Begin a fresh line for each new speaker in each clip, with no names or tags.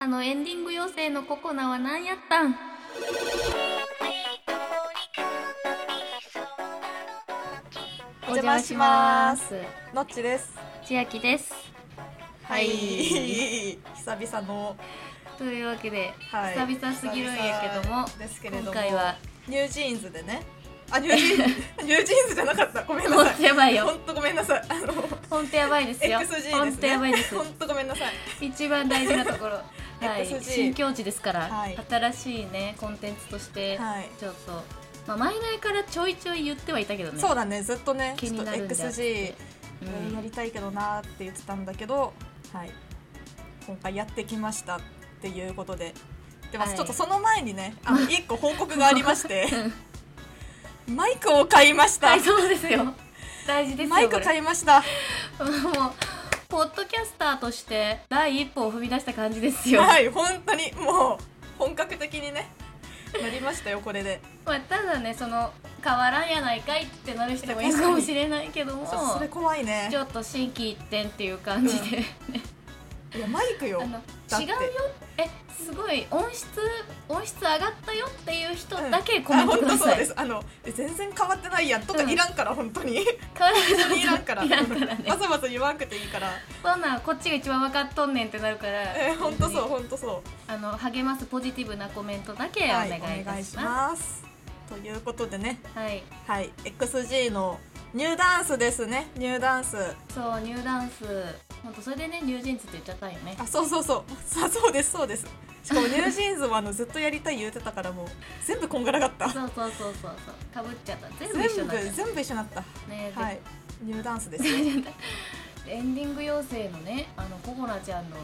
あのエンディング妖精のココナは何やったん
お邪魔します
お邪魔し
のっちです。
ます千秋ですはい
久々の、
というわけで
はい
久々すぎるんやけども
久々ですけれども
今回は
ニュージーンズでね。あニュージーン ズニュージーンズじゃなかった。ごめんな
ほん
さ
とやばい
い。
よ
本当ごめんなさい。あ の
ほんとやばいですよ
XG ですね。
ほんとやばいです
本当ごめんなさい。
一番大事なとこ ろはい
XG
新境地ですから、
はい
新しいねコンテンツとして
はい。
ちょっと、まあ、前々からちょいちょい言ってはいたけどね
そうだね。ずっとね、
気になるんだ
ちょっと XG
う
や
ん
りたいけどなーって言ってたんだけど、はい。今回やってきましたっていうことで。でま
は
す
い
ちょっとその前にね、あの一個報告があり まして、マイクを買いました。
はいそうです よ大事ですよ
マイク
これ
買いました。
もうポッドキャスターとして第一歩を踏み出した感じですよ、
はい、本当にもう本格的にね、 なりましたよこれで。
まあ、ただねその変わらんやないかいってなる人もいるかもしれないけども
ちょっとそれ怖いね
ち。ょっと心機一転っていう感じで、
いやマイクよ。
あ
だ
の
って
違うよえすごい音質音質上がったよっていう人だけコメント
あ
くだ
本当そ
さ
う
い、
です。あのえ全然変わってないやんと
う
か
ん
いらんから、本当に。
変わらない
いらんから。
いらんから ね
わざわざ言わんくていいから。
そんなんこっちが一番分かっとんねんってなるから
えー、本当そう
う
本当そ
あの励ますポジティブなコメントだけお
う。
願い
お
いた
願い
し
し
ま
ます。ということでね、
すはい
はい、XG のニューダンスですね。ニューダンス。
そうニューダンス本当それでねニュージーンズって言っちゃったんよね
あそうそう そうそうそうですそうですしかもニュージーンズはあのずっとやりたい言うてたからもう全部こんがらがった
そうそうそうそうそうかぶっちゃった全部
全
一緒に
部
なっちゃっ
全部一緒になった
たねで
はいニューダン スですよ、
エンディング妖精のねあのココナちゃんの
う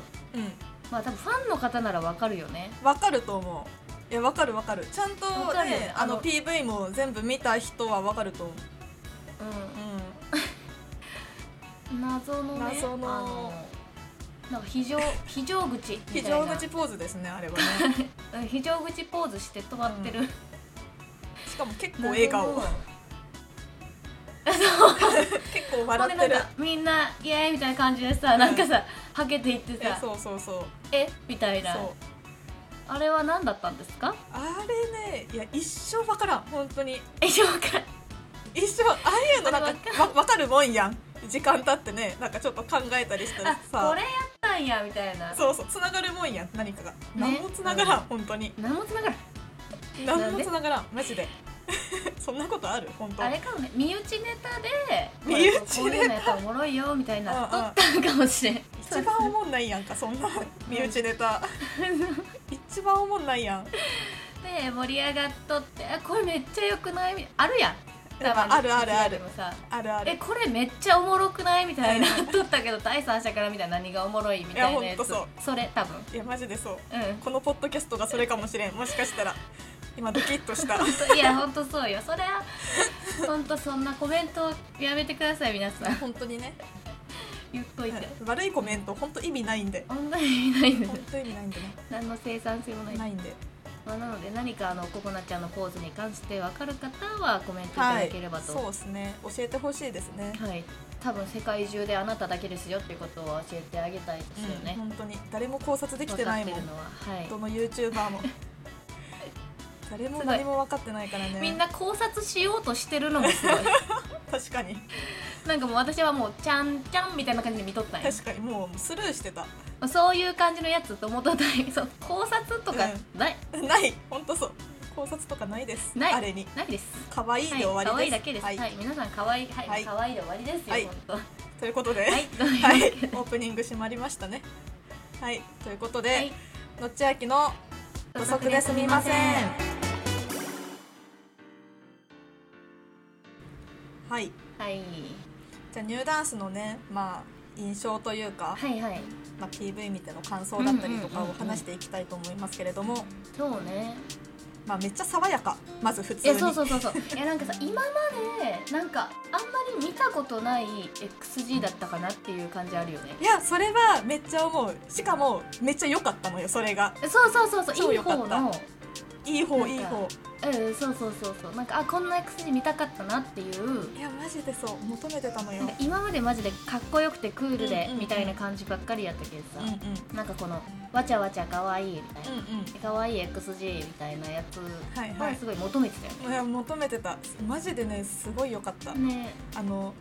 まあ多分ファンの方ならわかるよね
ん、わかると思ういやわかるわかるちゃんと
わかるよね
ねあ
あ
の
の
PV も全部見た人はわかると思う、
う
うん
謎のね
謎の
あのなんか非常非常口
ん、
み
非
たい
常
な
口ポーズですねあれは ね
うん非常口ポーズして止まってる、
しかも結構笑顔
謎の
結構
ほん
笑
で
っ
な
て
ん
る
かみんなイエーイみたいな感じでさなんかさはけていって
え
さ
そうそうそう
えみたいな
そう
あれは何だったんですか
あれねいや一生わからん本当に
えよくわ
一緒ああいうのなん
あ
か
れ
わ分かるもんやん時間経ってねなんかちょっと考えたりした
から
ら
んあこ
さ
れやったんやみたいな
そうそうつながるもんやん何かが、何もつながらん、本当に
何もつながらん
何もつながらんマジで そんなことある本当
あれかもね身内ネタで
身内ネタ
これこういうのやったらおもろいよみたいな
うんうん
撮ったんかもしれん
一番おもんないやんかそんな身内ネ タ一番おもんないやん
で盛り上がっとってあこれめっちゃよくないみたいなあるやん
やっぱあるあるある
でもさ
あるあ
え
る
これめっちゃおもろくないみたいな撮ったけど第三者から見たら何がおもろいみたいなや
いやほんと
つ
そう
それ多分
いやマジでそう
うん
このポッドキャストがそれかもしれんもしかしたら今ドキッとした
いや本当そうよそれは本当そんなコメントやめてください皆さん
本当にね
言っといて
悪いコメント本当意味ないんで
本当に見ないんで
本当意味ないんでね
何の生産性もない
ないんで
まあ、なので何かあのココナちゃんのポーズに関して分かる方はコメントいただければと、
はい、
は
そうですね教えてほしいですね
い多分世界中であなただけですよっていうことを教えてあげたいですよ
うん
ね、
本当に誰も考察でき
分
て
か
な
っ
い
て
も
る
ん
のは、はい
どの YouTuber も誰も
すごい
何も分かってないからね
みんな考察しようとしてるのも すごい
確かに
なんかもう私はもうちゃんちゃんみたいな感じで見とったんや
確かにもうスルーしてた
そういう感じのやつと思っとったんやそう考察とかない、
ない本当そう考察とかないです
ない
あれに
ないです
可愛いで終わ
はい、可愛
り
い
です
だけです。はい、皆さん可愛い、はい、
はい
可愛いで終わりですよ、
はい
本当。は
ということで、
い、どういうわ
はい
けで
オープニング閉まりましたねはいということで、
はい
のっちあきの「不足ですみません」はい
はい、
じゃあニューダンスのね、まあ、印象というか、
はい、はい。
まあ、PV 見ての感想だったりとか
うんうん
を
うんうん
話していきたいと思いますけれども、
そうね。
まあ、めっちゃ爽やかまず普
い
通
や
に
そうそうそうそういやなんかさ今までなんかあんまり見たことない XG だったかなっていう感じあるよね
いやそれはめっちゃ思うしかもめっちゃ良かったのよそれが
そうそうそうそう
超
いい
良か
方
った
の
いい
な
方
んか
いい方
うんそうそうそうそうなんかあこんな XG 見たかったなっていう
いやマジでそう求めてたのよ
なんか今までマジでかっこよくてクールで
うんうんうん
みたいな感じばっかりやったけど
う
さ、
んうん
なんかこのわちゃわちゃ可愛いみたいな、
うん
可愛い XG みたいなやつ
はいは
はいすごい求めてたよね、
いや求めてたマジでねすごい良かった、
ね
あの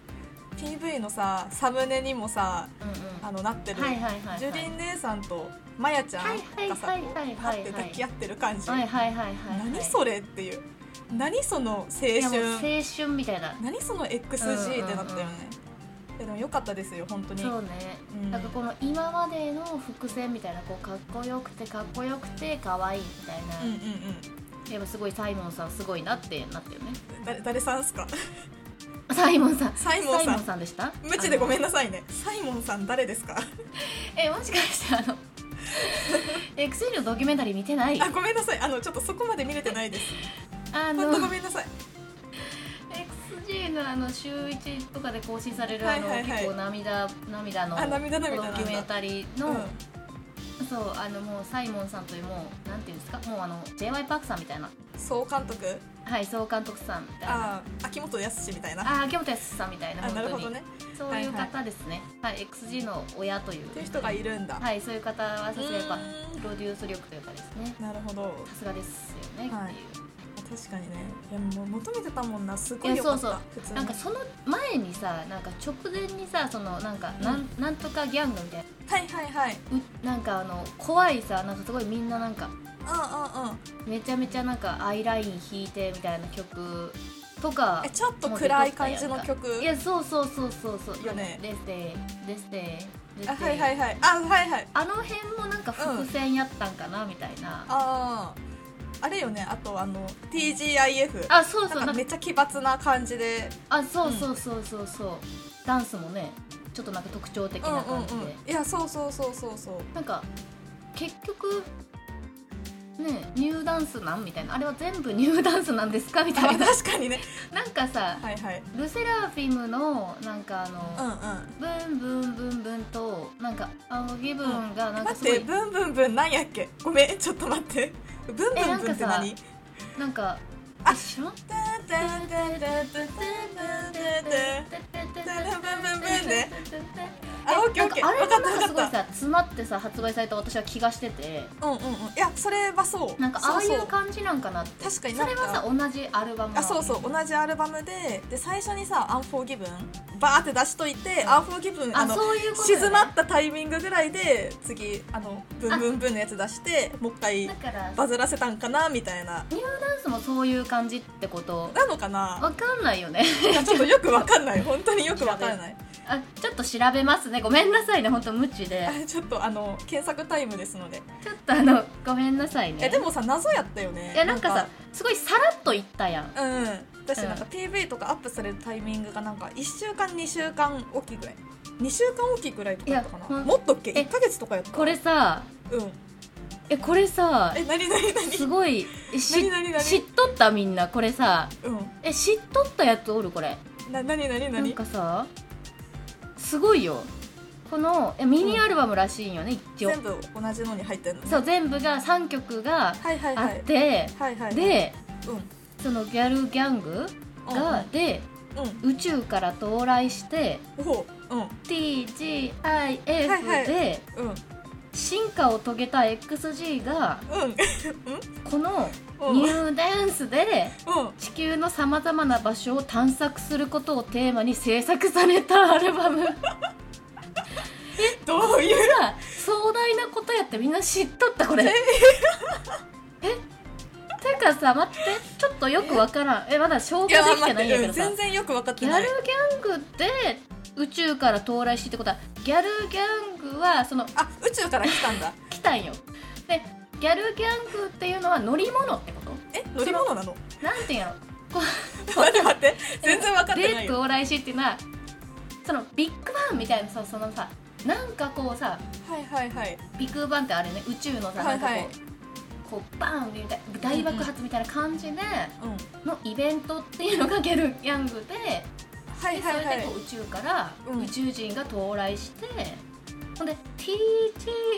PV のさサムネにもさ
うんうん
あのなってる、
はいはいはい
ジュリン姉さんとマヤちゃんがさ
はい
こう
はいはいはいはい
パッて抱き合ってる感じ、
はいはいはいはいはい
何それっていう何その青
いやもう青
春
春みたいな
何その XG ってなったよね、いやでも良かったですよ本当に
そうね、
うん
なんかこの今までの伏線みたいなこうかっこよくてかっこよくて可愛いみたいな、
うんうん
やっぱすごいサイモンさんすごいなってなったよね
うん誰誰さんっすか
サイモンさん
サイモンさん
でした
無知でごめん
ん
なさいねサイモンさん誰ですか
えもしかしてあ のエクセルのドキュメンタリー見てない
あごめんなさいあのちょっとそこまで見れてないです
あ
本当ご
の
めんなさい
XG のあの週1とかで更新される
は
あ
い
の
はいはい
結構涙涙の
あ涙涙なんだ
ドキュメンタリーの、
うん
そうあのもうサイモンさんというもうなんていうんですかもうあの j y パークさんみたいな
総監督
はい総監督さんみたいな
あー秋元康みたいな
ああ秋元康さんみたいな
あなる
本
ほ
当
ど
に、
ね
そういう方ですねはい、XG の親という
っていう人がいるんだ、
はいそういう方はさすがやっぱ
うーん
プロデュース力というかですね
なるほど
さすがですよねっていう、
はい確かにねいやもう求めてたもんなすご
いや
いよか
そう
った
そう
普通に
なんかその前にさなんか直前にさそのなんかなん,、なんとかギャングみたいな
はいはいはいう
なんかあの怖いさなんかすごいみんななんか
うんうんうん
めちゃめちゃなんかアイライン引いてみたいな曲とか
えちょっと暗い感じの曲
いやそうそうそうそうそう
よね
ですでですでですで
あはいはいはいあはいはい
あの辺もなんか伏線やったんかな、みたいなあ
あああれよねあとあの TGIF
そうそう
なん
な
か
んか
めっちゃ奇抜な感じで
あそうそうそうそうそう、ダンスもねちょっとなんか特徴的
うんうん
な感じで、
うんいやそうそうそうそうそう
なんか結局ねニューダンスなんみたいなあれは全部ニューダンスなんですかみた
あ
いな
確かにね
なんかさ、
はいはい
ルセラフィムのなんかあの、
うんうん
ブンブンブンブンとなんかあのギブンがなんかす
待
ご
って
い
ブンブンブンなんやっけごめんちょっと待ってブンブン
えなん
ブン
か
って
さ
何
なんか
あ
一緒
ブンブンねあオッケーオッケー
なんかあれが
分か
な
っ
ん
た
かすごい
分かった
さ詰まってさ発売された私は気がしてて
うんうんうんいやそれはそう
なんかああい
そうそう
う感じなんかなって
確かにな
そ
ん
れ
か
はさ同じアルバムなの
あそうそう同じアルバムでで最初にさ「アンフォーギブン」バーって出しといて「
うん
アンフォーギブン」あ
あ
の
そういうことよね
静まったタイミングぐらいで次あのブンブンブンのやつ出してもう一回
だから
バズらせたんかなみたいな
ダンスもそういう感じってこと
なのかな
わかんないよね
いやちょっとよくわかんない本当によくわからない
あちょっと調べますねごめんなさいね本当無知で
あ ちょっとあの検索タイムですので
ちょっとあのごめんなさい
え
ね
でもさ謎やったよね
いやなんかさすごいさらっといったやん
うんうん私
うん
なんか PV とかアップされるタイミングがなんか1週間2週間おきぐらい2週間おきぐらいとかやったか
いや
な
ほん
もっとっけ
え
1か月とかやった
これさ
うん
えこれさ
えなになにな に
すごいえし
何何何
知っとったみんなこれさ
う
え知っとったやつおるこれ
んななになにな
なん
に
かさすごいよこのえミニアルバムらしいんよね一応
全部同じのに入ってるの
そう全部が3曲が
はいはい
あ
は
っ
い
て、
はいはい
で
うん
そのギャルギャング
うん
が、で
うん
宇宙から到来して
うんおう
TGIF で、
はいはいうんうん
進化を遂げた XG が
うん
この
うん
ニューダンスで
うん
地球のさまざまな場所を探索することをテーマに制作されたアルバム
どういう
が壮大なことやってみんな知っとったこれ えてかさ待ってちょっとよくわからんえまだ消
い
化
や
でき
待
て
っ
ないん
て
やけ
うん
どさ
全然よく分かって
ギャ
ない
ルギャングって宇宙から到来してってことはギャルギャングはその
あ宇宙から来たんだ
来たんよでギャルギャングっていうのは乗り物ってこと
え乗り物なの
なんていうんやろこう
待って待って全然分かってない
で
よ
到来しっていうのはそのビッグバンみたいなさそのさなんかこうさ
はいはいはい
ビッグバンってあれね宇宙のさ、
はいはい
なんかこうこうバーンみたいな大爆発みたいな感じで
うん
のイベントっていうのがギャルギャングで,、
はいはい
そ
は
れ
い
でこう宇宙から
うん
宇宙人が到来して、ほんで TG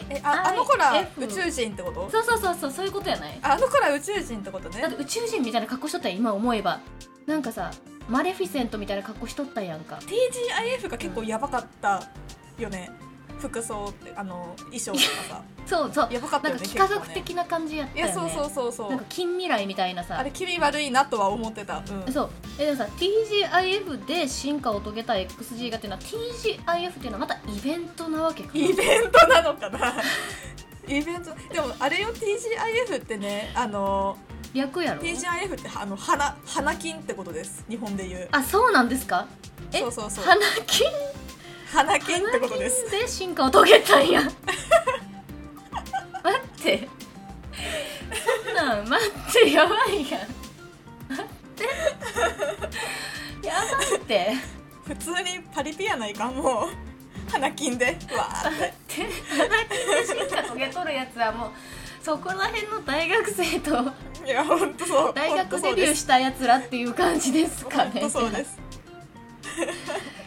えああの子ら宇宙人ってこと
そうそうそうそうそういうことやない
ああの子ら宇宙人ってことね
だって宇宙人みたいな格好しとったやん今思えばなんかさマレフィセントみたいな格好しとったやんか
TGIF が結構やばかったよね服装ってあの衣装とか さ
そうそう
やばかった
なん
よ
か
ね
幾何学
結構ね
的な感じやった
い
よね
やそうそうそうそ
なん
う
か近未来みたいなさ
あれ気味悪いなとは思ってた、うん、
そうえでもさ TGIF で進化を遂げた XG がっていうのは TGIF っていうのはまたイベントなわけかな
イベントなのかな イベントでもあれよ TGIF ってねあの
略やろ
TGIF ってあの花花金ってことです日本で言う
あそうなんですかえ
そうそうそう
花金
花金って
花
ことです
金で進化を遂げたんや待ってそんなん待ってやばいやん待ってやばいって
普通にパリピやないかもう花 金でわーって
って花金で進化遂げとるやつはもうそこら辺の大学生と
いや本当そう
大学デビュー
し
したやつらっていう感じですかね
そうです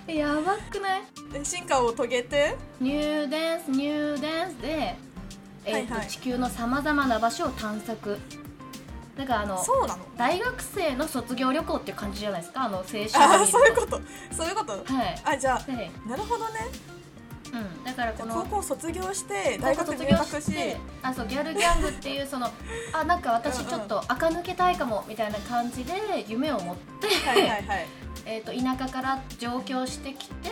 やばくない
で進化を遂げて
ニューデンスニューデンスで、えーと
はいはい
地球のさまざまな場所を探索だからあの
そ うなの
大学生の卒業旅行っていう感じじゃないですかあの青春で言うと
ああそういうことそういうこと
はい
あじゃあ
で、
なるほどね
うん、だからこの
高校卒業して大学入
高校
学
卒
し
業てあそうギャルギャングっていうそのあなんか私ちょっと垢抜けたいかもみたいな感じで夢を持って、
はいはいはい
えー、と田舎から上京してきて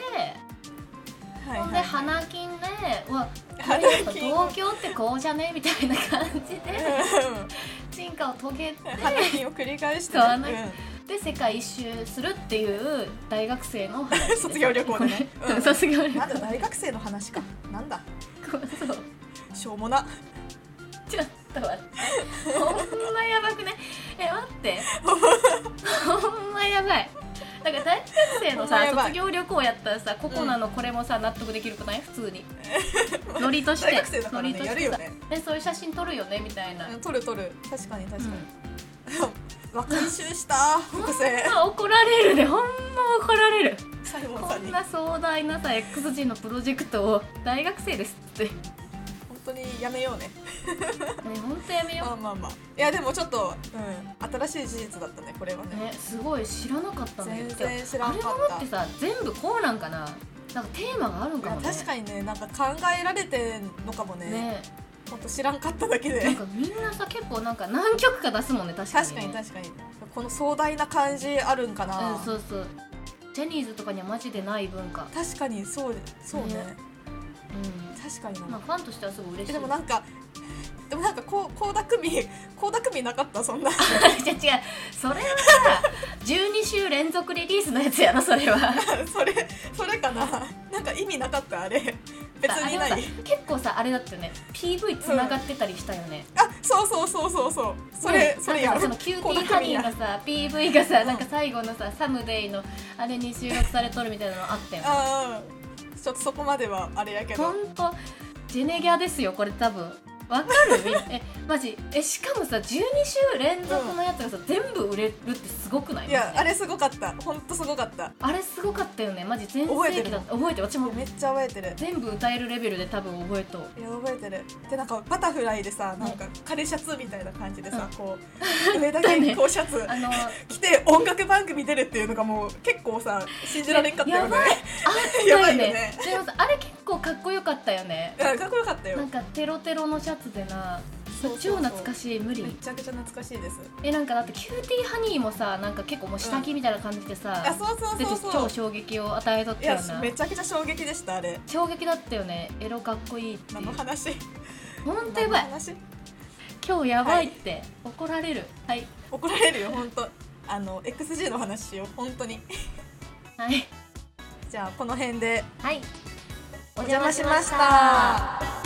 はい
ほんで花金で、うわ
花
やっぱ
金
東京ってこうじゃねみたいな感じで進化を遂げて
花金を繰り返して、
変わらない
うん
で世界一周するっていう大学生の
卒業旅行でね
これ
うん
卒業旅行
なんだ大学生の話かなんだ
そう
しょうもな
ちょっと待ってほんまやばくねえ待ってほんまやばいだから大学生の
ほんま
さ
やばい
卒業旅行やったらさココナのこれもさ納得できるくない普通 にノリとして
大学生だか
ノ
ら
リ
ね
と
や
し
る
て
よ
さ
ね
でそういう写真撮るよねみたいな、
うん撮る撮る確かに確かに、
う
若い集 した複製
んまあ怒られるでほんま怒られる
サイモン
こ
さん
ん
に
な
本
壮大なさ XG のプロジェクトを大学生ですってね
当にやめようね
ほんとやめ
まあ
よ
まあまあいやでもちょっと、うん、新しい事実だったねこれは
う
ね
ねすごい知らなかったね
全然知ら
あ
ん
れ
か
も
っ
だ
た
って
い
さ全部こうなんかななんかテーマがあるんか
や
もね
確かにねなんか考えられてんのかもね
ね
本当知らんかっただけで
なんかみんなさ結構なんか何曲か出すもんね確かに
確
ね、
かに確かにこの壮大な感じあるんかな、
うんそうそうジャニーズとかにはマジでない文化
確かにそうそうね
ねう
確かに
んま
な
あ、ファンとしてはすごい嬉し
え
い
でもなんかでもなんかこう倖田來未倖田來未なかったそんな
じゃ違うそれはさ12週連続リリースのやつやろそれは
それそれかななんか意味なかったあれ別にない
あれもさ結構さあれだったよね PV つながってたりしたよね、
あそうそうそうそうそうそれ、
ね
それや
なんか
る
そのキューティーハニーのさ PV がさなんか最後のさサムデイのあれに収録されとるみたいなのあったよね
ああちょっとそこまではあれやけ
ほ
ど
んとジェネギャですよこれ多分わかる みえマジえしかもさ12週連続のやつがさ、全部売れるってすごくない
いやあ
れ
れすごかったほんとすごかった
あれすごかったよねマジ全
覚え
盛
て
期
る
だった覚えてる私も
めっちゃ覚えてる
全部歌えるレベルで多分覚えとう
いや覚えてるでなんかバタフライでさなんか彼シャツみたいな感じでさ、こう上だけこうシャツ
あの
着て音楽番組出るっていうのがもう結構さ信じられんかったよね
やばいあ った
やば
よ
いよ
ね
ね。
でもさあれ結構かっこよかったよね。
うんかっこよかったよ
なんかテロテロのシャツでな、
そうそうそう
超懐かしい無理
め。ちゃくちゃ懐かしいです
えなんかだってキューティーハニーもさなんか結構もう下着みたいな感じで
あ
さ、
そうそう
出て
そうそ
超
う
衝撃を与えとっ
い
た
や
よな
め。ちゃくちゃ衝撃でしたあれ
衝撃だったよね。エロかっこいいっていう
何。の話
本当やばい
何の。話
今日やばいって、怒られる。はい
怒られるよ本当あの XG の話しよう本当に
はい
じゃあこの辺で
はい。
お邪魔しました